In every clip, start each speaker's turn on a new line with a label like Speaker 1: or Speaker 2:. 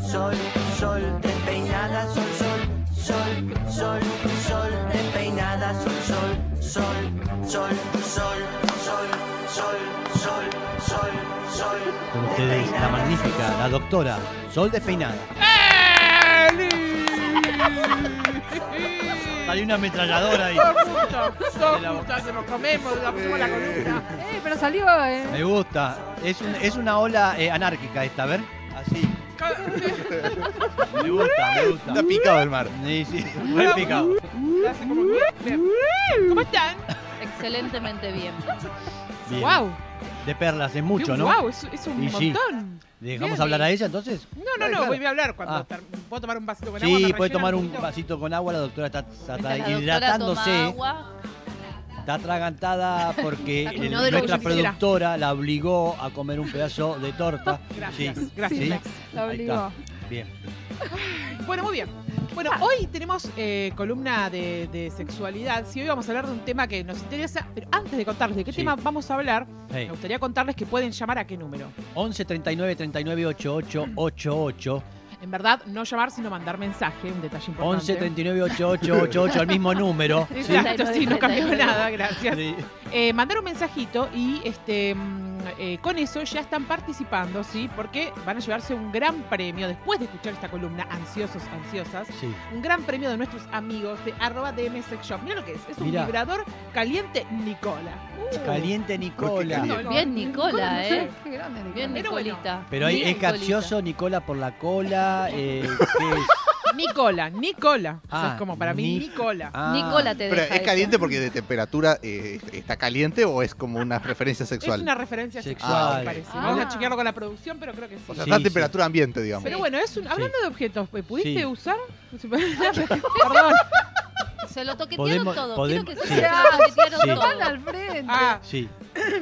Speaker 1: sol, sol, despeinada, sol, sol, sol, sol, sol, despeinada, sol, sol, sol, sol, sol, sol, sol, sol, sol, sol.
Speaker 2: Con ustedes la magnífica, la doctora Sol Despeinada. Hay una ametralladora ahí.
Speaker 3: puta, dos putas, se lo comemos, la pusimos en la columna.
Speaker 4: Eh, pero salió, eh.
Speaker 2: Me gusta. Es, un- es una ola eh, anárquica esta, a ver. Así. Me gusta, me gusta.
Speaker 5: Está picado el mar.
Speaker 2: Sí, sí, re picado.
Speaker 3: Hace como que- ¿Cómo están?
Speaker 6: Excelentemente bien.
Speaker 2: Bien.
Speaker 3: Guau.
Speaker 2: De perlas, es mucho, ¿no?
Speaker 3: Wow, es, es un
Speaker 2: Y sí.
Speaker 3: montón.
Speaker 2: ¿Dejamos
Speaker 3: Bien.
Speaker 2: hablar a ella entonces?
Speaker 3: No, no, no,
Speaker 2: claro.
Speaker 3: voy a hablar cuando
Speaker 2: Ah.
Speaker 3: ter- puedo tomar un vasito con agua.
Speaker 2: Sí,
Speaker 3: me
Speaker 2: puede
Speaker 3: rellena
Speaker 2: tomar un
Speaker 3: poquito?
Speaker 2: vasito con agua. La doctora está, está
Speaker 6: Mientras la doctora toma
Speaker 2: hidratándose.
Speaker 6: agua,
Speaker 2: Está atragantada porque
Speaker 6: Está
Speaker 2: el-
Speaker 6: no de lo
Speaker 2: nuestra
Speaker 6: que
Speaker 3: yo quisiera.
Speaker 2: productora la obligó a comer un pedazo de torta.
Speaker 3: Gracias,
Speaker 2: Sí,
Speaker 3: gracias.
Speaker 2: sí.
Speaker 4: La
Speaker 2: Ahí
Speaker 4: obligó.
Speaker 2: está. Bien.
Speaker 3: Bueno, muy bien. Bueno,
Speaker 2: Ah.
Speaker 3: hoy tenemos eh, columna de, de sexualidad. Sí, hoy vamos a hablar de un tema que nos interesa. Pero antes de contarles de qué
Speaker 2: Sí.
Speaker 3: tema vamos a hablar,
Speaker 2: Hey.
Speaker 3: me gustaría contarles que pueden llamar a qué número.
Speaker 2: 11 39 39 88 88
Speaker 3: En verdad, no llamar, sino mandar mensaje, un detalle
Speaker 2: 11
Speaker 3: importante.
Speaker 2: 39 88 88 al mismo número.
Speaker 3: Sí, Exacto, sí, no cambió nada, gracias.
Speaker 2: Sí.
Speaker 3: Eh, mandar un mensajito y este mm, eh, con eso ya están participando, ¿sí? Porque van a llevarse un gran premio después de escuchar esta columna, ansiosos, ansiosas.
Speaker 2: Sí.
Speaker 3: Un gran premio de nuestros amigos de arroba DM Sex Shop. Mira lo que es, es un
Speaker 2: Mirá. Uh.
Speaker 3: vibrador caliente Nicola.
Speaker 2: Caliente Nicola.
Speaker 5: caliente.
Speaker 6: Bien, Nicola, eh.
Speaker 4: Qué grande, Nicola.
Speaker 6: bien
Speaker 3: Pero bueno.
Speaker 6: Nicolita.
Speaker 2: Pero ahí
Speaker 6: Bien,
Speaker 2: es
Speaker 6: Nicolita.
Speaker 2: capcioso Nicola por la cola. eh, ¿qué es?
Speaker 3: Nicola, Nicola. O sea,
Speaker 2: Ah,
Speaker 3: es como para mí,
Speaker 2: Ni-
Speaker 3: Nicola.
Speaker 2: Ah,
Speaker 6: Nicola te
Speaker 5: Pero
Speaker 6: deja
Speaker 5: ¿es
Speaker 6: eso.
Speaker 5: caliente porque de temperatura eh, está caliente o es como una referencia
Speaker 3: Es una
Speaker 5: sexual?
Speaker 3: referencia sexual,
Speaker 2: Sexual.
Speaker 3: me parece.
Speaker 4: Ah.
Speaker 3: Vamos a chequearlo con la producción, pero creo que sí.
Speaker 5: O sea,
Speaker 2: Sí,
Speaker 5: está
Speaker 2: sí.
Speaker 5: a temperatura ambiente, digamos.
Speaker 3: pero bueno, es un, hablando de objetos, ¿eh? ¿pudiste
Speaker 2: Sí.
Speaker 3: usar? Perdón.
Speaker 6: Se lo toquetearon
Speaker 2: Podemos-
Speaker 6: todo.
Speaker 2: podemos-
Speaker 6: Quiero que
Speaker 2: sí.
Speaker 6: se lo toquetearon
Speaker 2: Sí.
Speaker 4: Van
Speaker 6: todo.
Speaker 4: al frente.
Speaker 3: Ah,
Speaker 2: Sí.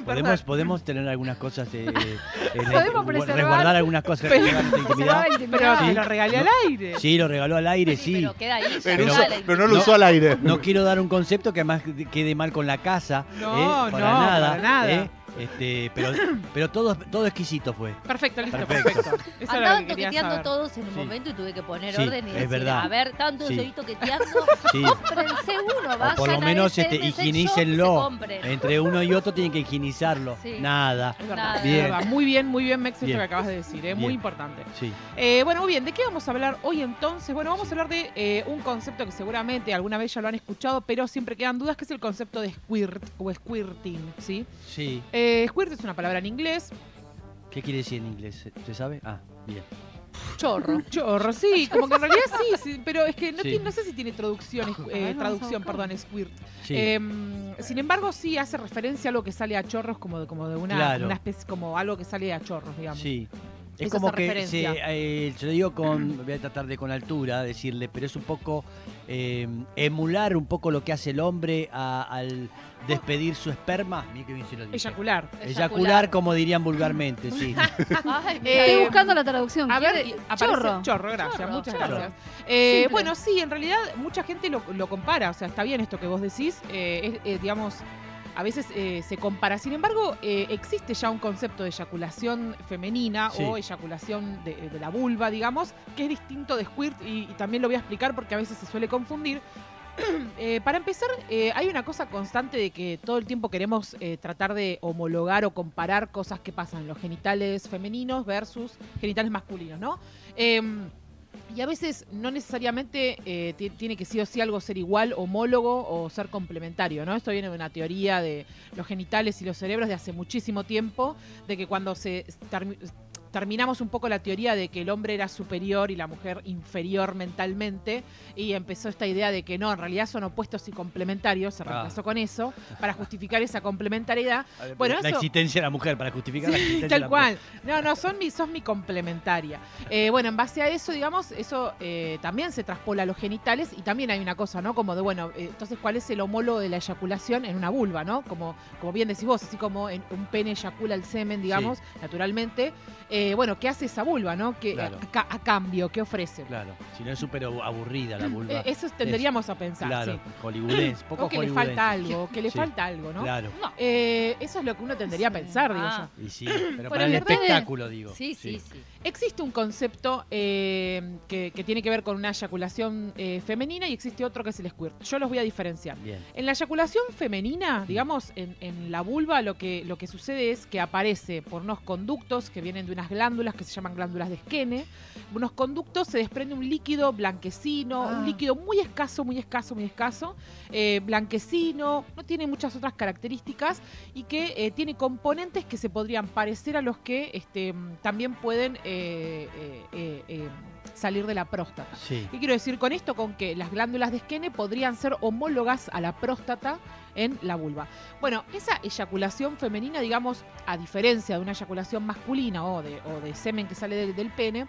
Speaker 2: Podemos, podemos tener algunas cosas. Eh, eh,
Speaker 4: Podemos
Speaker 2: resguardar
Speaker 4: preservar.
Speaker 2: algunas cosas que
Speaker 3: Pero-
Speaker 2: tengan nuestra intimidad.
Speaker 3: pero
Speaker 2: Sí.
Speaker 3: te lo regalé al aire.
Speaker 2: Sí, lo regaló al aire,
Speaker 6: Sí,
Speaker 2: sí.
Speaker 6: Pero queda ahí. ya
Speaker 5: Pero,
Speaker 2: Pero-
Speaker 5: no,
Speaker 6: está,
Speaker 5: uso-
Speaker 6: la-
Speaker 5: pero no lo
Speaker 2: No.
Speaker 5: usó al aire.
Speaker 2: No quiero dar un concepto que además quede mal con la casa.
Speaker 3: No,
Speaker 2: eh, para
Speaker 3: no,
Speaker 2: nada.
Speaker 3: para nada.
Speaker 2: eh, este, pero pero todo, todo exquisito fue.
Speaker 3: Perfecto, listo,
Speaker 2: Perfecto.
Speaker 3: perfecto. Eso era lo
Speaker 6: Andaban
Speaker 3: que quería
Speaker 6: toqueteando
Speaker 3: saber.
Speaker 6: todos en un
Speaker 2: Sí.
Speaker 6: momento y tuve que poner
Speaker 2: Sí,
Speaker 6: orden y
Speaker 2: es
Speaker 6: decir,
Speaker 2: verdad.
Speaker 6: a ver, tanto
Speaker 2: Sí.
Speaker 6: estoy toqueteando,
Speaker 2: Sí.
Speaker 6: cómprense uno, vayan
Speaker 2: por lo
Speaker 6: a
Speaker 2: menos
Speaker 6: ese
Speaker 2: este, Eh,
Speaker 6: MSX Shop y se
Speaker 2: higienícenlo.
Speaker 6: compren.
Speaker 2: Entre uno y otro tienen que higienizarlo.
Speaker 6: Sí.
Speaker 2: Nada.
Speaker 3: Es verdad,
Speaker 6: Nada.
Speaker 3: es verdad. Muy bien, muy bien, Mex, esto
Speaker 2: Bien.
Speaker 3: que acabas de decir, es
Speaker 2: Bien.
Speaker 3: muy importante.
Speaker 2: Sí.
Speaker 3: Eh, bueno, muy bien, ¿de qué vamos a hablar hoy entonces? Bueno, vamos a hablar de eh, un concepto que seguramente alguna vez ya lo han escuchado, pero siempre quedan dudas, que es el concepto de squirt o squirting, ¿sí?
Speaker 2: Sí.
Speaker 3: Eh, squirt es una palabra en inglés,
Speaker 2: ¿Qué quiere decir en inglés? ¿Se sabe? Ah, bien.
Speaker 6: Chorro.
Speaker 3: chorro, sí, como que en realidad sí, sí, pero es que no,
Speaker 2: Sí.
Speaker 3: tiene- no sé si tiene traducción, eh,
Speaker 4: ver, vamos a
Speaker 3: traducción,
Speaker 4: buscar.
Speaker 3: perdón, squirt.
Speaker 2: Sí.
Speaker 3: Em, sin embargo, sí hace referencia a algo que sale a chorros, como de, como de una,
Speaker 2: Claro.
Speaker 3: una especie, como algo que sale a chorros, digamos.
Speaker 2: sí. Es
Speaker 3: Eso
Speaker 2: como
Speaker 3: hace
Speaker 2: que se,
Speaker 3: referencia.
Speaker 2: eh, se lo digo con, voy a tratar de con altura decirle, pero es un poco eh, emular un poco lo que hace el hombre a- al despedir su esperma. Mirá que bien se lo dije.
Speaker 3: Eyacular.
Speaker 2: Eyacular, como dirían vulgarmente, sí.
Speaker 6: Ay,
Speaker 3: Eh,
Speaker 4: Estoy buscando la traducción.
Speaker 3: A ver,
Speaker 4: ¿Quiere-
Speaker 3: aparece
Speaker 4: chorro.
Speaker 3: chorro, gracias,
Speaker 6: Chorro,
Speaker 3: muchas
Speaker 6: chorro.
Speaker 3: gracias. Eh,
Speaker 4: Simple.
Speaker 3: bueno, sí, en realidad mucha gente lo, lo compara, o sea, está bien esto que vos decís, eh, es, eh, digamos, a veces eh, se compara. Sin embargo, eh, existe ya un concepto de eyaculación femenina
Speaker 2: Sí.
Speaker 3: o eyaculación de, eh, de la vulva, digamos, que es distinto de squirt y, y también lo voy a explicar porque a veces se suele confundir. Eh, para empezar, eh, hay una cosa constante de que todo el tiempo queremos eh, tratar de homologar o comparar cosas que pasan, los genitales femeninos versus genitales masculinos, ¿no? Em, y a veces no necesariamente eh, ti- tiene que sí o sí algo ser igual, homólogo o ser complementario, ¿no? Esto viene de una teoría de los genitales y los cerebros de hace muchísimo tiempo, de que cuando se termi- terminamos un poco la teoría de que el hombre era superior y la mujer inferior mentalmente, y empezó esta idea de que no, en realidad son opuestos y complementarios, se
Speaker 2: Ah.
Speaker 3: reemplazó con eso, para justificar esa complementariedad. Bueno,
Speaker 2: la
Speaker 3: eso-
Speaker 2: existencia de la mujer, para justificar la existencia de
Speaker 3: Tal
Speaker 2: la
Speaker 3: cual. No, no, son mi, sos mi complementaria. Eh, bueno, en base a eso, digamos, eso eh, también se traspola a los genitales y también hay una cosa, ¿no? Como de, bueno, eh, entonces, ¿cuál es el homólogo de la eyaculación en una vulva, ¿no? Como, como bien decís vos, así como en un pene eyacula el semen, digamos, naturalmente. Eh, eh, bueno, ¿qué hace esa vulva, no? Que,
Speaker 2: Claro.
Speaker 3: a, ca- a cambio, ¿qué ofrece?
Speaker 2: Claro, si no es súper abu- aburrida la vulva.
Speaker 3: Eh, eso tenderíamos a pensar,
Speaker 2: claro,
Speaker 3: sí.
Speaker 2: hollywoodense, poco
Speaker 3: O que le
Speaker 2: hollywoodense.
Speaker 3: falta algo, que le
Speaker 2: Sí.
Speaker 3: falta algo, ¿no?
Speaker 2: Claro,
Speaker 3: Eh, eso es lo que uno tendría a
Speaker 6: Sí.
Speaker 3: pensar, digo
Speaker 6: Ah.
Speaker 2: y sí, pero para
Speaker 4: en
Speaker 2: el
Speaker 4: verdad es-
Speaker 2: espectáculo, digo.
Speaker 6: Sí, sí, sí.
Speaker 3: yo. Existe un concepto eh, que, que tiene que ver con una eyaculación eh, femenina y existe otro que es el squirt. Yo los voy a diferenciar.
Speaker 2: Bien,
Speaker 3: En la eyaculación femenina, digamos, en, en la vulva lo que, lo que sucede es que aparece por unos conductos que vienen de unas glándulas que se llaman glándulas de esquene. Unos conductos se desprende un líquido blanquecino,
Speaker 6: Ah.
Speaker 3: un líquido muy escaso, muy escaso, muy escaso, eh, blanquecino, no tiene muchas otras características y que eh, tiene componentes que se podrían parecer a los que este, mm, también pueden eh, eh, eh, eh, salir de la próstata.
Speaker 2: sí.
Speaker 3: ¿Qué quiero decir con esto? Con que las glándulas de esquene podrían ser homólogas a la próstata en la vulva. Bueno, esa eyaculación femenina, digamos, a diferencia de una eyaculación masculina o de, o de semen que sale del, del pene,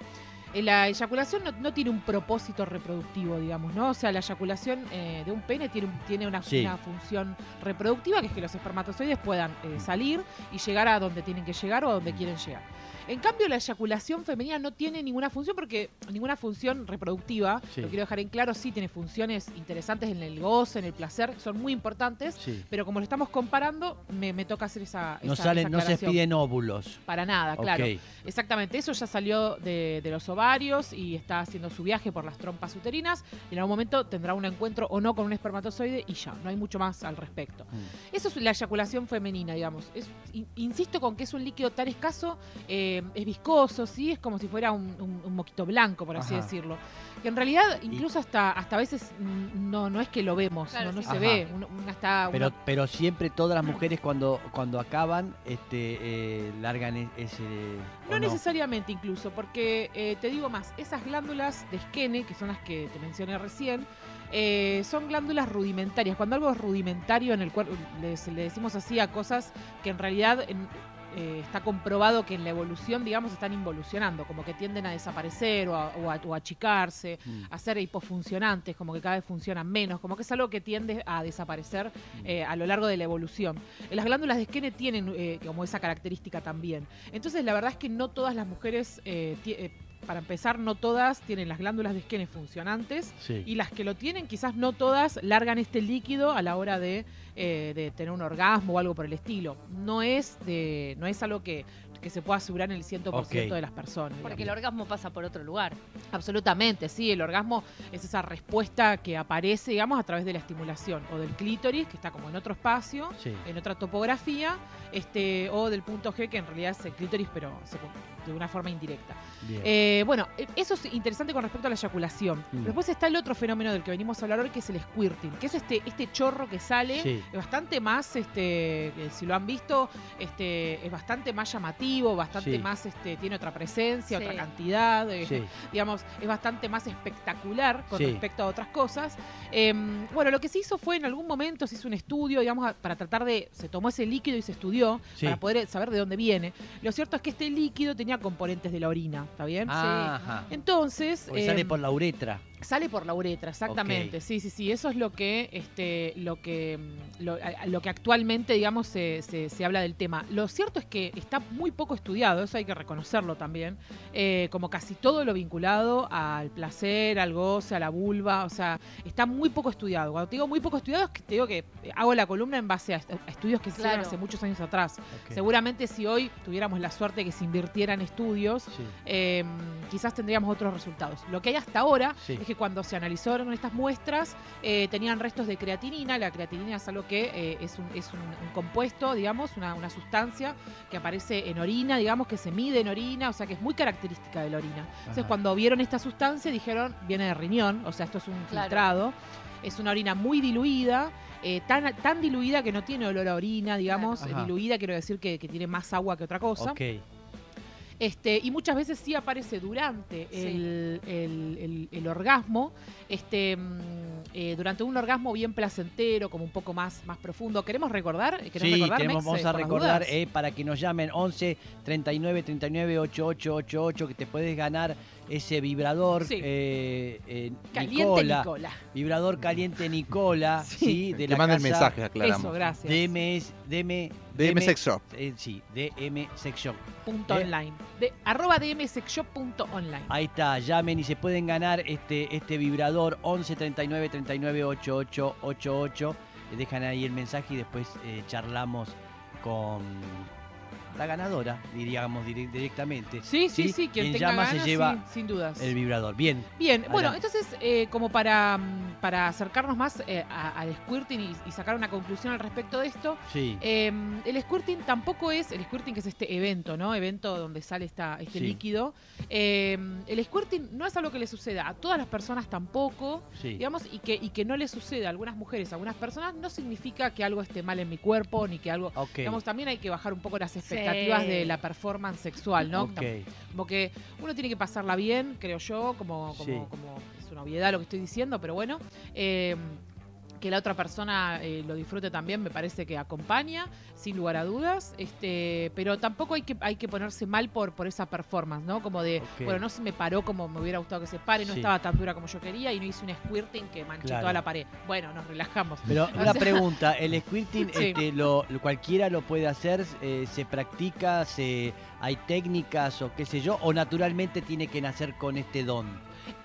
Speaker 3: eh, la eyaculación no, no tiene un propósito reproductivo, digamos, ¿no? O sea, la eyaculación eh, de un pene tiene, un- tiene una,
Speaker 2: Sí.
Speaker 3: una función reproductiva, que es que los espermatozoides puedan eh, salir y llegar a donde tienen que llegar o a
Speaker 2: Mm.
Speaker 3: donde quieren llegar. En cambio, la eyaculación femenina no tiene ninguna función porque ninguna función reproductiva,
Speaker 2: Sí.
Speaker 3: lo quiero dejar en claro, sí tiene funciones interesantes en el goce, en el placer, son muy importantes,
Speaker 2: sí.
Speaker 3: pero como lo estamos comparando, me, me toca hacer esa,
Speaker 2: No
Speaker 3: esa-
Speaker 2: salen,
Speaker 3: esa
Speaker 2: no se
Speaker 3: aclaración.
Speaker 2: piden óvulos.
Speaker 3: Para nada, claro.
Speaker 2: Ok,
Speaker 3: Exactamente, eso ya salió de, de los ovarios y está haciendo su viaje por las trompas uterinas. En algún momento tendrá un encuentro o no con un espermatozoide y ya, no hay mucho más al respecto.
Speaker 2: Mm.
Speaker 3: Eso es la eyaculación femenina, digamos. Es- in- insisto con que es un líquido tan escaso, eh, es viscoso, sí, es como si fuera un, un- un moquito blanco, por así
Speaker 2: Ajá.
Speaker 3: decirlo. Que en realidad, incluso hasta, hasta a veces mm, no, no es que lo vemos,
Speaker 6: Claro,
Speaker 3: no, no
Speaker 6: sí.
Speaker 3: se
Speaker 2: Ajá.
Speaker 3: ve. Uno, uno está,
Speaker 2: Pero,
Speaker 3: uno-
Speaker 2: pero siempre todas las mujeres cuando, cuando acaban, este, eh, largan e- ese. ¿o
Speaker 3: No necesariamente incluso, porque eh, te digo más, esas glándulas de esquene, que son las que te mencioné recién, eh, son glándulas rudimentarias. Cuando algo es rudimentario en el cuerpo, le, le decimos así a cosas que en realidad en- eh, está comprobado que en la evolución, digamos, están involucionando, como que tienden a desaparecer o a- o a- o a achicarse
Speaker 2: Mm.
Speaker 3: a ser hipofuncionantes, como que cada vez funcionan menos, como que es algo que tiende a desaparecer eh, a lo largo de la evolución. Eh, Las glándulas de Skene tienen eh, como esa característica también. Entonces, la verdad es que no todas las mujeres, eh, ti- eh, para empezar, no todas tienen las glándulas de Skene funcionantes.
Speaker 2: Sí.
Speaker 3: Y las que lo tienen, quizás no todas largan este líquido a la hora de, eh, de tener un orgasmo o algo por el estilo. No es de, no es algo que, que se pueda asegurar en el 100%
Speaker 2: Ok.
Speaker 3: de las personas.
Speaker 6: Porque
Speaker 3: digamos.
Speaker 6: el orgasmo pasa por otro lugar.
Speaker 3: Absolutamente, sí, el orgasmo es esa respuesta que aparece, digamos, a través de la estimulación o del clítoris, que está como en otro espacio,
Speaker 2: Sí.
Speaker 3: en otra topografía, este, o del punto G, que en realidad es el clítoris, pero se- de una forma indirecta.
Speaker 2: Bien.
Speaker 3: Eh, bueno, eh, eso es interesante con respecto a la eyaculación.
Speaker 2: Mm.
Speaker 3: Después está el otro fenómeno del que venimos a hablar hoy, que es el squirting, que es este, este chorro que sale
Speaker 2: Sí.
Speaker 3: es bastante más, este, eh, si lo han visto, este, es bastante más llamativo, bastante
Speaker 2: Sí.
Speaker 3: más, este, tiene otra presencia, otra
Speaker 6: Sí.
Speaker 3: cantidad, eh,
Speaker 2: Sí.
Speaker 3: digamos, es bastante más espectacular con
Speaker 2: Sí.
Speaker 3: respecto a otras cosas. Eh, bueno, lo que se hizo fue en algún momento se hizo un estudio, digamos, a- para tratar de, se tomó ese líquido y se estudió
Speaker 2: Sí.
Speaker 3: para poder saber de dónde viene. Lo cierto es que este líquido tenía componentes de la orina, ¿está bien?
Speaker 2: Ah, ajá.
Speaker 3: Entonces,
Speaker 2: Porque sale
Speaker 3: em,
Speaker 2: por la uretra.
Speaker 3: Sale por la uretra, exactamente.
Speaker 2: Ok.
Speaker 3: Sí, sí, sí. Eso es lo que, este, lo que, mm, lo, a- a- lo que actualmente, digamos, se, se- se habla del tema. Lo cierto es que está muy poco estudiado, eso hay que reconocerlo también. eh, como casi todo lo vinculado al placer, al goce, a la vulva, o sea, está muy poco estudiado. Cuando te digo muy poco estudiado es que te digo que hago la columna en base a, est- a estudios que se hicieron
Speaker 6: Claro.
Speaker 3: hace muchos años atrás.
Speaker 2: Ok.
Speaker 3: Seguramente si hoy tuviéramos la suerte que se invirtieran estudios,
Speaker 2: Sí.
Speaker 3: eh, quizás tendríamos otros resultados. Lo que hay hasta ahora
Speaker 2: Sí.
Speaker 3: es que cuando se analizaron estas muestras eh, tenían restos de creatinina. La creatinina es algo que eh, es, un, es un- un compuesto, digamos, una, una sustancia que aparece en orina, digamos, que se mide en orina, o sea que es muy característica de la orina. Entonces
Speaker 2: Ajá.
Speaker 3: cuando vieron esta sustancia dijeron, viene de riñón, o sea, esto es un
Speaker 6: Claro.
Speaker 3: filtrado. Es una orina muy diluida, eh, tan, tan diluida que no tiene olor a orina, digamos. eh,
Speaker 2: Claro. Ajá.
Speaker 3: Diluida quiero decir que, que tiene más agua que otra cosa.
Speaker 2: Ok.
Speaker 3: Este, y muchas veces sí aparece durante
Speaker 6: Sí.
Speaker 3: el, el- el- el orgasmo, este, mm, eh, durante un orgasmo bien placentero, como un poco más, más profundo. ¿Queremos recordar? ¿Querés
Speaker 2: Sí,
Speaker 3: recordar,
Speaker 2: queremos-
Speaker 3: Mex,
Speaker 2: vamos
Speaker 3: eh,
Speaker 2: a
Speaker 3: por las
Speaker 2: recordar
Speaker 3: dudas?
Speaker 2: eh, para que nos llamen 11 39 39 88 88 que te puedes ganar ese vibrador
Speaker 3: Sí.
Speaker 2: eh, eh,
Speaker 3: Caliente
Speaker 2: Nicola,
Speaker 3: Nicola.
Speaker 2: vibrador caliente Nicola,
Speaker 3: Sí.
Speaker 2: sí, de
Speaker 5: que
Speaker 2: la
Speaker 5: manden
Speaker 2: casa
Speaker 5: mensajes,
Speaker 3: Eso,
Speaker 5: aclaramos.
Speaker 3: gracias.
Speaker 2: DM, es- DM,
Speaker 5: DM Sex Shop.
Speaker 2: eh, sí, DM Section.
Speaker 3: punto
Speaker 2: eh. Ah,
Speaker 3: online. De, arroba dmsexshop.online.
Speaker 2: Ahí está, llamen y se pueden ganar este, este vibrador 11 39 39 88 88. Le Dejan ahí el mensaje y después eh, charlamos con la ganadora, diríamos dire- directamente.
Speaker 3: Sí, sí,
Speaker 2: Sí,
Speaker 3: sí, quien,
Speaker 2: quien
Speaker 3: tenga
Speaker 2: llama se
Speaker 3: ganas,
Speaker 2: lleva
Speaker 3: sí, sin dudas.
Speaker 2: El vibrador, bien.
Speaker 3: Bien, bueno,
Speaker 2: Adelante.
Speaker 3: entonces, eh, como para, mm, para acercarnos más eh, a- al squirting y, y sacar una conclusión al respecto de esto,
Speaker 2: Sí,
Speaker 3: eh, el squirting tampoco es, el squirting que es este evento, ¿no? Evento donde sale esta, este
Speaker 2: Sí.
Speaker 3: líquido. eh, el squirting no es algo que le suceda a todas las personas tampoco,
Speaker 2: sí.
Speaker 3: digamos, y que, y que no le suceda a algunas mujeres, a algunas personas, no significa que algo esté mal en mi cuerpo, ni que algo...
Speaker 2: Ok.
Speaker 3: Digamos, también hay que bajar un poco las expectativas
Speaker 6: Sí.
Speaker 3: de la performance sexual, ¿no?
Speaker 2: ok.
Speaker 3: Como que uno tiene que pasarla bien, creo yo, como, como,
Speaker 2: Sí.
Speaker 3: como es una obviedad lo que estoy diciendo, pero bueno. eh, que la otra persona eh, lo disfrute también, me parece que acompaña, sin lugar a dudas. Este, pero tampoco hay que, hay que ponerse mal por, por esa performance, ¿no? Como de,
Speaker 2: Ok.
Speaker 3: bueno, no se me paró como me hubiera gustado que se pare, no
Speaker 2: Sí.
Speaker 3: estaba tan dura como yo quería y no hice un squirting que manché
Speaker 2: Claro.
Speaker 3: toda la pared. Bueno, nos relajamos.
Speaker 2: Pero
Speaker 3: O
Speaker 2: una
Speaker 3: sea-
Speaker 2: pregunta, el squirting
Speaker 3: Sí.
Speaker 2: este, lo, lo- cualquiera lo puede hacer, eh, se practica, se, hay técnicas o qué sé yo, o naturalmente tiene que nacer con este don.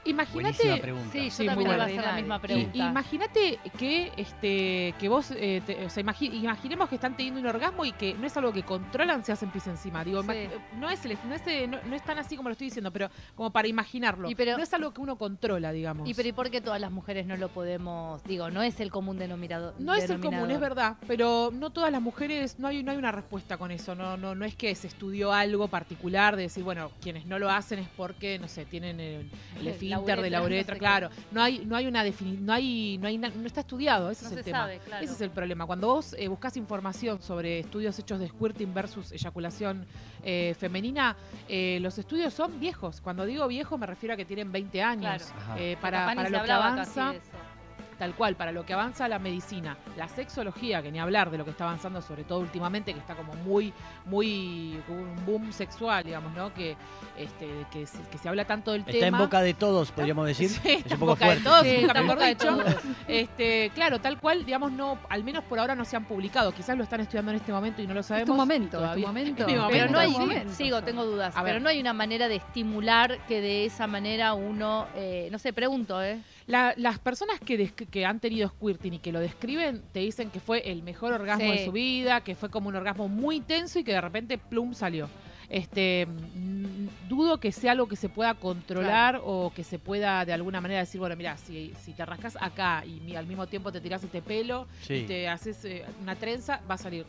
Speaker 2: Buenísima
Speaker 3: Imagínate
Speaker 2: pregunta.
Speaker 6: Sí, yo
Speaker 3: Sí, muy
Speaker 6: también iba a hacer la
Speaker 4: ordinario.
Speaker 6: misma
Speaker 4: Sí.
Speaker 3: Y-
Speaker 6: pregunta.
Speaker 3: Imagínate que este que vos, eh, te- o sea, imagi- imaginemos que están teniendo un orgasmo y que no es algo que controlan, se hacen pis encima. Digo,
Speaker 4: Sí.
Speaker 3: imag- no es el- no es, eh, no, no es tan así como lo estoy diciendo, pero como para imaginarlo.
Speaker 6: Y pero-
Speaker 3: no es algo que uno controla, digamos.
Speaker 6: ¿Y pero ¿y por qué todas las mujeres no lo podemos? Digo, no es el común denominado- denominador.
Speaker 3: no es el común, es verdad, pero no todas las mujeres, no hay, no hay una respuesta con eso, no, no, no es que se estudió algo particular de decir, bueno, quienes no lo hacen es porque, no sé, tienen el, el
Speaker 6: La
Speaker 3: esfínter de
Speaker 6: uretra,
Speaker 3: la
Speaker 6: no
Speaker 3: uretra,
Speaker 6: sé qué.
Speaker 3: claro, no hay, no hay una definición, no hay, no hay na- no está estudiado, ese
Speaker 6: No
Speaker 3: es el
Speaker 6: se
Speaker 3: tema.
Speaker 6: sabe, claro.
Speaker 3: Ese es el problema. Cuando vos eh, buscas información sobre estudios hechos de squirting versus eyaculación eh, femenina, eh, los estudios son viejos. Cuando digo viejos me refiero a que tienen 20 años.
Speaker 6: Claro.
Speaker 2: Ajá.
Speaker 3: Eh, para
Speaker 6: Capaz ni
Speaker 3: para
Speaker 6: se
Speaker 3: lo que
Speaker 6: hablaba casi
Speaker 3: avanza,
Speaker 6: de eso.
Speaker 3: tal cual, para lo que avanza la medicina, la sexología, que ni hablar de lo que está avanzando, sobre todo últimamente, que está como muy, muy, como un boom sexual, digamos, ¿no? Que, este, que, se, que se habla tanto del
Speaker 2: Está
Speaker 3: tema.
Speaker 2: en boca de todos, podríamos decir.
Speaker 3: Sí,
Speaker 2: Es
Speaker 3: está
Speaker 2: un
Speaker 3: en
Speaker 2: poco
Speaker 3: boca de
Speaker 2: fuerte.
Speaker 3: todos,
Speaker 6: Sí,
Speaker 3: nunca
Speaker 6: está en
Speaker 3: mejor
Speaker 6: boca de
Speaker 3: dicho.
Speaker 6: todos.
Speaker 3: Este, claro, tal cual, digamos, no, al menos por ahora no se han publicado. Quizás lo están estudiando en este momento y no lo
Speaker 4: Es
Speaker 3: sabemos.
Speaker 4: tu momento, es tu
Speaker 3: todavía-
Speaker 4: momento.
Speaker 3: mi este momento,
Speaker 6: Pero no
Speaker 4: Es
Speaker 6: hay,
Speaker 4: tu momento.
Speaker 6: sigo, tengo dudas.
Speaker 3: A ver.
Speaker 6: Pero no hay una manera de estimular que de esa manera uno, eh, no sé, pregunto, ¿eh?
Speaker 3: La- las personas que, des- que han tenido squirting y que lo describen te dicen que fue el mejor orgasmo
Speaker 6: Sí.
Speaker 3: de su vida, que fue como un orgasmo muy intenso y que de repente plum salió. Este, mm, dudo que sea algo que se pueda controlar o que se pueda de alguna manera decir, bueno, mira, si, si te rascas acá y mi- al mismo tiempo te tirás este pelo, y
Speaker 2: Sí.
Speaker 3: te haces eh, una trenza, va a salir.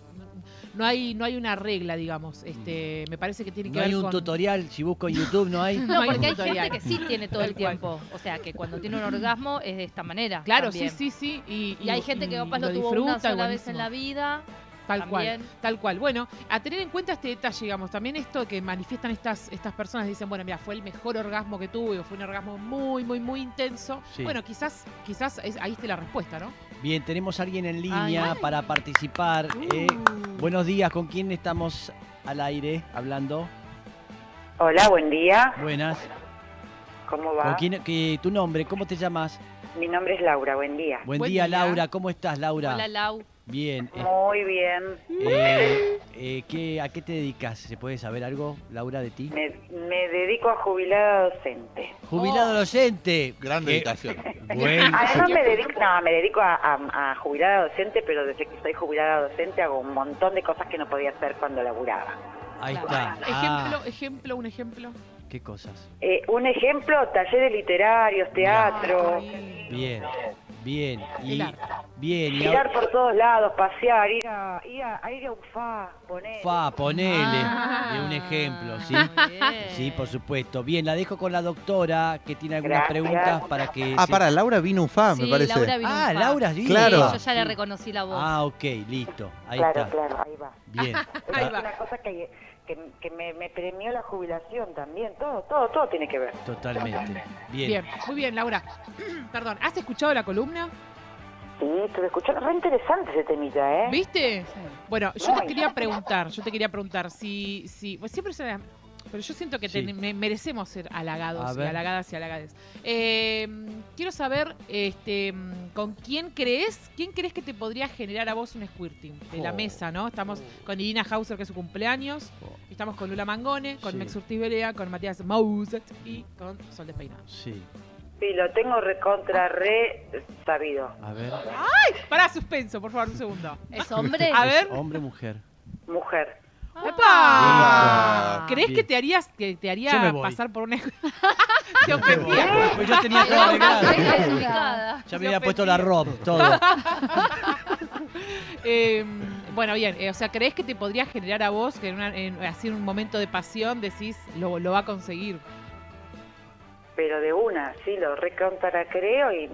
Speaker 3: No hay, no hay una regla, digamos.
Speaker 6: Mm.
Speaker 3: Este, me parece que tiene que
Speaker 2: No
Speaker 3: ver
Speaker 2: hay un
Speaker 3: con-
Speaker 2: tutorial, si busco en YouTube no hay.
Speaker 6: No,
Speaker 3: hay
Speaker 6: porque hay
Speaker 3: tutorial.
Speaker 6: gente que sí tiene todo el
Speaker 3: Tal cual.
Speaker 6: tiempo. O sea, que cuando tiene un orgasmo es de esta manera.
Speaker 3: Claro,
Speaker 6: también.
Speaker 3: sí, sí, sí. Y,
Speaker 6: Y hay gente que capaz lo, tuvo
Speaker 3: disfruta
Speaker 6: una
Speaker 3: y
Speaker 6: sola vez en
Speaker 3: buenísimo.
Speaker 6: la vida.
Speaker 3: Tal cual.
Speaker 6: también.
Speaker 3: Tal cual. Bueno, a tener en cuenta este detalle, digamos, también esto que manifiestan estas, estas personas, dicen, bueno, mira, fue el mejor orgasmo que tuve, o fue un orgasmo muy, muy, muy intenso.
Speaker 2: Sí.
Speaker 3: Bueno, quizás, quizás es- ahí esté la respuesta, ¿no?
Speaker 2: Bien, tenemos a alguien en línea para participar.
Speaker 3: Uh.
Speaker 2: eh. Buenos días, ¿con quién estamos al aire hablando?
Speaker 7: Hola, buen día.
Speaker 2: Buenas.
Speaker 7: ¿Cómo
Speaker 2: ¿Con
Speaker 7: va?
Speaker 2: quién, que, ¿Tu nombre? ¿Cómo te llamas?
Speaker 7: Mi nombre es Laura, buen día.
Speaker 2: Buen,
Speaker 3: Buen
Speaker 2: día,
Speaker 3: día.
Speaker 2: Laura. ¿Cómo estás, Laura?
Speaker 6: Hola, Lau.
Speaker 2: Bien. eh,
Speaker 7: Muy bien.
Speaker 2: eh, eh, ¿qué- ¿A qué te dedicas? ¿Se puede saber algo, Laura, de ti?
Speaker 7: Me, me dedico a jubilada docente.
Speaker 3: Oh.
Speaker 2: Jubilado docente.
Speaker 5: Gran
Speaker 2: Que-
Speaker 5: dedicación.
Speaker 2: Bueno, Ah,
Speaker 7: Además me dedico, Ah, no, me dedico a, a- a jubilada docente, pero desde que soy jubilada docente hago un montón de cosas que no podía hacer cuando laburaba.
Speaker 2: ahí está.
Speaker 3: Ejemplo,
Speaker 2: Ah,
Speaker 3: ejemplo, un ejemplo.
Speaker 2: qué cosas.
Speaker 7: Eh, un ejemplo, talleres literarios, teatro,
Speaker 3: Ay,
Speaker 2: Bien, bien. Y,
Speaker 3: El arte.
Speaker 2: bien, y ahora-
Speaker 7: girar por todos lados, pasear, ir a, ir a, a ir a un fa, poner.
Speaker 2: Fa, ponele.
Speaker 6: Ah,
Speaker 2: de un ejemplo, ¿sí?
Speaker 6: muy bien.
Speaker 2: Sí, por supuesto. Bien, la dejo con la doctora que tiene algunas
Speaker 7: Gracias.
Speaker 2: preguntas para que.
Speaker 5: Ah,
Speaker 2: se-
Speaker 5: para, Laura vino un fan,
Speaker 6: Sí,
Speaker 5: me parece.
Speaker 6: Laura vino
Speaker 2: Ah,
Speaker 6: un fa.
Speaker 2: Laura, sí.
Speaker 5: Claro.
Speaker 6: Sí, yo ya le reconocí la voz.
Speaker 2: Ah, ok, listo. Ahí
Speaker 7: claro,
Speaker 2: está.
Speaker 7: claro, ahí va.
Speaker 2: Bien.
Speaker 3: Ahí
Speaker 7: Es
Speaker 3: va.
Speaker 7: una cosa que, que, que me, me premió la jubilación también, todo, todo, todo tiene que ver.
Speaker 2: Totalmente. Bien.
Speaker 3: Bien, muy bien, Laura. Perdón, ¿has escuchado la columna?
Speaker 7: Sí, estuve escuchando, re interesante ese temita, ¿eh?
Speaker 3: ¿Viste? Bueno, yo te
Speaker 7: Ay.
Speaker 3: quería preguntar, yo te quería preguntar si, si pues siempre se, Pero yo siento que
Speaker 2: Sí.
Speaker 3: ten- me- merecemos ser
Speaker 2: A
Speaker 3: halagados y
Speaker 2: ver.
Speaker 3: halagadas y halagades. Eh, quiero saber este, mm, con quién crees, quién crees que te podría generar a vos un squirting de la
Speaker 2: Jo.
Speaker 3: mesa, ¿no? Estamos
Speaker 2: Oh.
Speaker 3: con Irina Hauser, que es su cumpleaños.
Speaker 2: Jo.
Speaker 3: Estamos con Lula Mangone, con
Speaker 2: Oh. Sí.
Speaker 3: Mex Ortiz Berea, con Matías Mauset y con Sol Despeinado.
Speaker 2: Sí,
Speaker 7: Sí, lo tengo recontra re sabido.
Speaker 2: a ver.
Speaker 3: Para suspenso, por favor, un segundo.
Speaker 6: ¿Es hombre?
Speaker 3: A ver.
Speaker 2: Es Hombre, mujer.
Speaker 7: Mujer.
Speaker 6: Ah.
Speaker 3: ¡Epa!
Speaker 5: Ah.
Speaker 3: ¿Crees
Speaker 2: Bien.
Speaker 3: que te harías que te
Speaker 2: Yo me
Speaker 3: haría
Speaker 2: voy.
Speaker 3: pasar por una te ofendía?
Speaker 2: Pues yo tenía todo
Speaker 6: Ahí
Speaker 2: arreglado.
Speaker 6: está, ahí está ubicada.
Speaker 2: Ya
Speaker 3: Se
Speaker 2: me había puesto la
Speaker 3: ofendía.
Speaker 2: rob, todo.
Speaker 3: Eh, bueno, bien, eh, o sea, ¿crees que te podría generar a vos que en, una- en- así en un momento de pasión decís lo, lo va a conseguir?
Speaker 7: Pero de una, sí, lo recontra creo y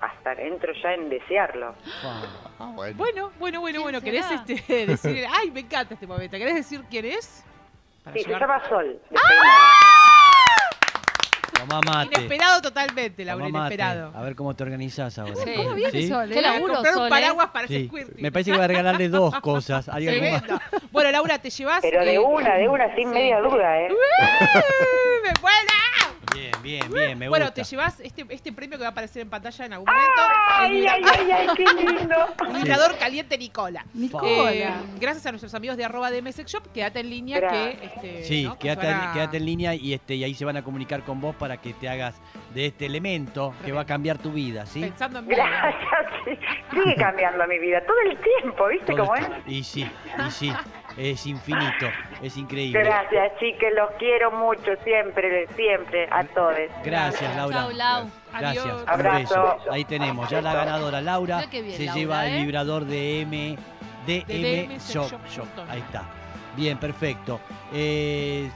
Speaker 7: hasta entro ya en desearlo.
Speaker 2: Fa.
Speaker 5: Ah, bueno.
Speaker 3: Bueno, bueno, bueno,
Speaker 6: ¿Quién
Speaker 3: bueno, ¿querés
Speaker 6: será?
Speaker 3: este, decir, ay, me encanta este momento, ¿querés decir quién es? Para
Speaker 7: Sí,
Speaker 3: Ah,
Speaker 7: se
Speaker 3: llegar-
Speaker 7: llama Sol. de Peinada.
Speaker 2: Tomá mate.
Speaker 3: Inesperado totalmente, Laura,
Speaker 2: Tomá mate.
Speaker 3: inesperado.
Speaker 2: A ver cómo te organizás ahora.
Speaker 6: Sí.
Speaker 4: ¿Cómo viene
Speaker 2: ¿Sí?
Speaker 4: Sol?
Speaker 6: Qué
Speaker 4: eh?
Speaker 6: laburo.
Speaker 3: Comprar un
Speaker 6: Sol,
Speaker 3: paraguas para
Speaker 2: Sí.
Speaker 3: ese squirting.
Speaker 2: Me parece que voy a regalarle dos cosas. Hay algo más.
Speaker 3: Tremendo. Bueno, Laura, te llevas.
Speaker 7: Pero de
Speaker 3: eh,
Speaker 7: una, de una, sin
Speaker 6: Sí.
Speaker 7: media duda, ¿eh?
Speaker 3: ¡Eh! ¡Me vuela!
Speaker 2: Bien, bien, bien. Me
Speaker 3: Bueno, te
Speaker 2: gusta.
Speaker 3: llevas este, este premio que va a aparecer en pantalla en algún momento.
Speaker 7: ¡Ay,
Speaker 3: El
Speaker 7: ay, ay, ay, qué lindo!
Speaker 3: Un vibrador caliente Nicola.
Speaker 4: Nicola.
Speaker 3: Eh, gracias a nuestros amigos de arroba de Sex Shop, quédate en línea
Speaker 7: Gracias.
Speaker 3: que este,
Speaker 2: Sí,
Speaker 3: ¿no? que
Speaker 2: quédate,
Speaker 3: se van a-
Speaker 2: quédate en línea y este y ahí se van a comunicar con vos para que te hagas de este elemento que va a cambiar tu vida, ¿sí?
Speaker 3: pensando en mí.
Speaker 7: Gracias. sí. Sigue cambiando mi vida todo el tiempo, ¿viste
Speaker 2: Todo
Speaker 7: ¿Este cómo es?
Speaker 2: esto- Y sí, y sí, es infinito, es increíble.
Speaker 7: Gracias, chicas, los quiero mucho, siempre, siempre, a todos.
Speaker 2: Gracias, Laura.
Speaker 6: Chau, Lau.
Speaker 2: Gracias.
Speaker 3: Adiós.
Speaker 2: un
Speaker 7: Abrazo.
Speaker 2: beso. Ahí tenemos ya la ganadora Laura.
Speaker 6: Mira qué bien,
Speaker 2: se
Speaker 6: Laura,
Speaker 2: lleva
Speaker 6: ¿eh?
Speaker 2: el vibrador de M de
Speaker 3: De
Speaker 2: M
Speaker 3: DM
Speaker 2: Shop,
Speaker 3: Shop.
Speaker 2: Shop. Ahí está. Bien, perfecto. Eh,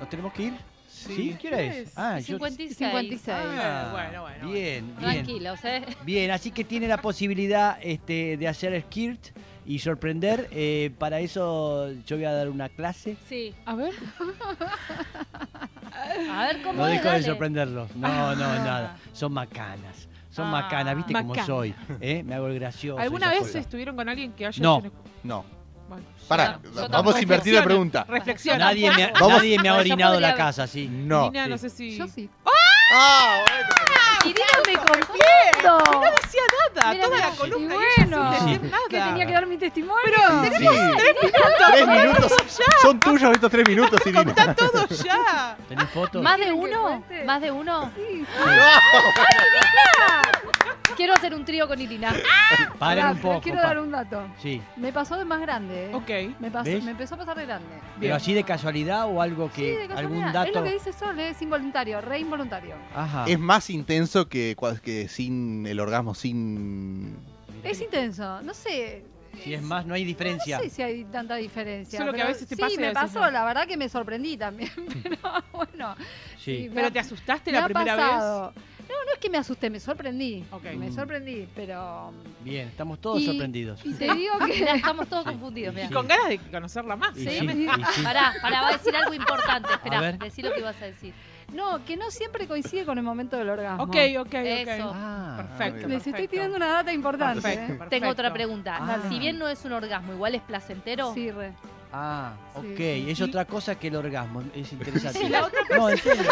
Speaker 2: ¿Nos tenemos que ir? Sí. ¿Qué hora
Speaker 3: ¿qué
Speaker 2: es?
Speaker 3: es?
Speaker 2: Ah, yo.
Speaker 6: 56.
Speaker 4: 56.
Speaker 2: Ah,
Speaker 3: Eh, Bueno, bueno, bueno.
Speaker 2: Bien, bien.
Speaker 6: Tranquilos, ¿eh?
Speaker 2: Bien, así que tiene la posibilidad este, de hacer skirt y sorprender. Eh, para eso yo voy a dar una clase.
Speaker 6: Sí.
Speaker 3: A ver,
Speaker 6: A ver cómo
Speaker 2: No
Speaker 6: es,
Speaker 2: dejo de
Speaker 6: dale.
Speaker 2: sorprenderlos. No,
Speaker 6: Ah.
Speaker 2: no, nada. Son macanas. Son
Speaker 6: Ah.
Speaker 2: macanas, viste como
Speaker 3: Macana.
Speaker 2: soy. ¿eh? Me hago el gracioso.
Speaker 3: ¿alguna
Speaker 2: y esas
Speaker 3: vez
Speaker 2: cosas.
Speaker 3: estuvieron con alguien que haya
Speaker 2: No.
Speaker 3: hecho
Speaker 5: No.
Speaker 3: un- bueno.
Speaker 5: Pará,
Speaker 6: Yo
Speaker 5: vamos
Speaker 6: tampoco.
Speaker 5: a invertir la
Speaker 3: Reflexiona,
Speaker 5: pregunta.
Speaker 3: Reflexiona.
Speaker 2: Nadie me,
Speaker 5: Vamos.
Speaker 2: nadie me ha
Speaker 6: Yo
Speaker 2: orinado
Speaker 6: podría
Speaker 2: la
Speaker 6: haber-
Speaker 2: casa, sí.
Speaker 5: No.
Speaker 3: Irina, no
Speaker 2: Sí.
Speaker 3: sé si.
Speaker 4: Yo sí.
Speaker 5: Ah, bueno.
Speaker 6: Irina me confiesta.
Speaker 3: No decía nada,
Speaker 6: Mira,
Speaker 3: toda
Speaker 6: mira.
Speaker 3: la columna.
Speaker 4: Y
Speaker 3: ella sin
Speaker 4: bueno.
Speaker 3: decir nada.
Speaker 4: Que tenía que dar mi testimonio.
Speaker 5: Ah, Sí. Tres minutos. Son tuyos estos tres minutos, Irina.
Speaker 3: Está todo ya.
Speaker 2: ¿Tenés fotos?
Speaker 6: ¿Más de
Speaker 4: ¿Quieren que
Speaker 6: uno?
Speaker 4: cuente?
Speaker 6: ¿Más de uno?
Speaker 4: Sí.
Speaker 6: Quiero hacer un trío con Irina.
Speaker 2: Paren
Speaker 4: Pará,
Speaker 2: un
Speaker 4: pero
Speaker 2: poco.
Speaker 4: Quiero
Speaker 2: pa-
Speaker 4: dar un dato.
Speaker 2: Sí.
Speaker 4: Me pasó de más grande. eh.
Speaker 3: Ok.
Speaker 4: Me, pasó-
Speaker 2: ¿Ves?
Speaker 4: me empezó a pasar de grande.
Speaker 3: Bien.
Speaker 2: Pero así de casualidad o algo que.
Speaker 4: Sí, de casualidad.
Speaker 2: algún
Speaker 4: Es lo
Speaker 2: dato.
Speaker 4: que dice Sol, eh, es involuntario, re involuntario.
Speaker 2: Ajá.
Speaker 5: Es más intenso que, cua- que sin el orgasmo, sin.
Speaker 4: Es intenso, no sé.
Speaker 2: Si es más, no hay
Speaker 4: No
Speaker 2: diferencia.
Speaker 4: sé si hay tanta diferencia.
Speaker 3: Solo que
Speaker 4: pero
Speaker 3: a veces te
Speaker 4: sí,
Speaker 3: pasa y a
Speaker 4: me
Speaker 3: veces
Speaker 4: pasó,
Speaker 3: no.
Speaker 4: la verdad que me sorprendí también. Pero bueno,
Speaker 2: Sí.
Speaker 4: me
Speaker 3: Pero
Speaker 4: ha-
Speaker 3: te asustaste
Speaker 4: me
Speaker 3: la
Speaker 4: ha
Speaker 3: primera vez.
Speaker 4: pasado. No, no es que me asusté, me sorprendí.
Speaker 3: Ok.
Speaker 4: Me
Speaker 2: Mm.
Speaker 4: sorprendí, pero.
Speaker 2: Bien, estamos todos
Speaker 4: Y-
Speaker 2: sorprendidos.
Speaker 4: Y te digo
Speaker 6: Mirá,
Speaker 4: que.
Speaker 6: estamos todos
Speaker 2: Sí.
Speaker 6: confundidos,
Speaker 2: Sí.
Speaker 6: mirá.
Speaker 3: Y con ganas de conocerla más.
Speaker 2: Y
Speaker 6: Sí.
Speaker 2: sí, y sí.
Speaker 6: Pará, pará, va a decir algo importante.
Speaker 2: A
Speaker 6: Esperá,
Speaker 2: ver.
Speaker 6: decí lo que ibas a decir.
Speaker 4: No, que no siempre coincide con el momento del orgasmo.
Speaker 3: Ok, ok, ok.
Speaker 6: Eso.
Speaker 2: Ah,
Speaker 3: Perfecto.
Speaker 4: Les estoy
Speaker 3: perfecto.
Speaker 4: tirando una data importante.
Speaker 3: Perfecto,
Speaker 4: eh.
Speaker 3: perfecto.
Speaker 6: Tengo otra pregunta.
Speaker 2: Ah.
Speaker 6: Si bien no es un orgasmo, igual es placentero.
Speaker 4: Sí, re.
Speaker 2: ah,
Speaker 4: Sí,
Speaker 2: ok.
Speaker 4: sí.
Speaker 2: Es
Speaker 4: Y-
Speaker 2: otra cosa que el orgasmo. Es interesante.
Speaker 3: Sí, la otra
Speaker 2: no, en serio.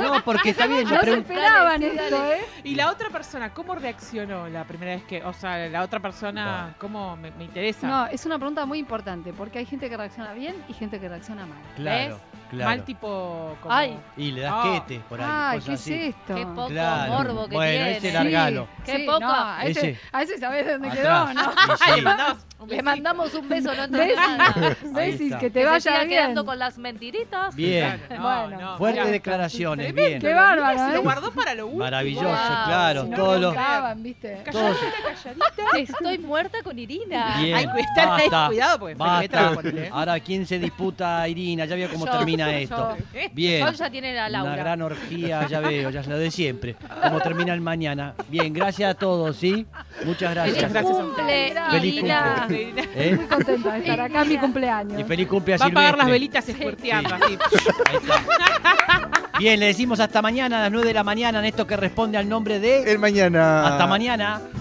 Speaker 2: No, porque está bien. Yo
Speaker 4: No se
Speaker 2: pregunto.
Speaker 4: esperaban
Speaker 6: Dale, sí,
Speaker 4: esto,
Speaker 6: dale.
Speaker 4: ¿eh?
Speaker 3: Y la otra persona, ¿cómo reaccionó la primera vez que.? O sea, la otra persona, ¿cómo me, me interesa?
Speaker 4: No, es una pregunta muy importante porque hay gente que reacciona bien y gente que reacciona mal.
Speaker 2: Claro,
Speaker 3: Mal
Speaker 2: claro.
Speaker 3: tipo. Como...
Speaker 6: Ay.
Speaker 2: Y le das
Speaker 3: Ah.
Speaker 2: quete por ahí.
Speaker 4: Ah,
Speaker 2: cosas
Speaker 4: ¿qué
Speaker 2: así.
Speaker 4: es esto?
Speaker 6: Qué poco
Speaker 2: Claro.
Speaker 6: morbo que
Speaker 2: Bueno,
Speaker 6: tiene.
Speaker 2: ese largalo.
Speaker 6: Qué poco.
Speaker 4: no, a, ese,
Speaker 2: Ese.
Speaker 4: a ese sabés dónde
Speaker 2: Atrás.
Speaker 4: quedó, ¿no?
Speaker 3: Ay,
Speaker 2: Y
Speaker 3: le
Speaker 2: sí.
Speaker 3: mandamos un
Speaker 6: Le
Speaker 3: besito.
Speaker 6: mandamos un beso, no entendí
Speaker 4: Beso.
Speaker 6: nada.
Speaker 4: ¿Ves? Y
Speaker 2: está.
Speaker 4: que te
Speaker 6: Que se
Speaker 4: vaya
Speaker 6: siga
Speaker 4: bien.
Speaker 6: quedando con las mentiritas.
Speaker 2: Bien.
Speaker 3: Claro, no,
Speaker 4: Bueno.
Speaker 3: no,
Speaker 2: Fuertes
Speaker 3: mirá.
Speaker 2: declaraciones,
Speaker 3: Tremendo,
Speaker 2: bien.
Speaker 4: Qué
Speaker 3: la
Speaker 4: bárbaro,
Speaker 3: mina Se lo
Speaker 4: ¿eh?
Speaker 3: guardó para lo último.
Speaker 2: Maravilloso,
Speaker 6: Wow.
Speaker 2: claro.
Speaker 4: Si no
Speaker 2: todo
Speaker 4: lo
Speaker 2: lo.
Speaker 4: tocaban, ¿viste?
Speaker 2: Todos.
Speaker 6: Estoy muerta con Irina.
Speaker 2: Bien.
Speaker 3: Hay que estar ahí,
Speaker 2: Basta.
Speaker 3: cuidado porque me
Speaker 2: Basta.
Speaker 3: letra por él.
Speaker 2: Ahora, ¿quién se disputa a Irina? Ya veo cómo
Speaker 6: Yo,
Speaker 2: termina
Speaker 6: yo.
Speaker 2: esto.
Speaker 3: Eh,
Speaker 2: Bien.
Speaker 6: Sol ya tiene a Laura.
Speaker 2: Una gran orgía, ya veo, ya es lo de siempre. Como termina el mañana. Bien, gracias a todos, ¿sí? Muchas
Speaker 6: Feliz
Speaker 2: gracias.
Speaker 3: Gracias, Sol.
Speaker 6: cumple,
Speaker 2: Feliz
Speaker 6: Irina.
Speaker 2: cumple.
Speaker 3: Irina.
Speaker 2: ¿Eh?
Speaker 4: Muy contenta de estar acá, mi cumpleaños.
Speaker 2: Y feliz cumple a
Speaker 3: Va a apagar las
Speaker 2: Silvestre.
Speaker 3: velitas escuerteando así.
Speaker 2: Ahí está. Bien, le decimos hasta mañana a las 9 de la mañana en esto que responde al nombre de...
Speaker 5: El mañana.
Speaker 2: Hasta mañana.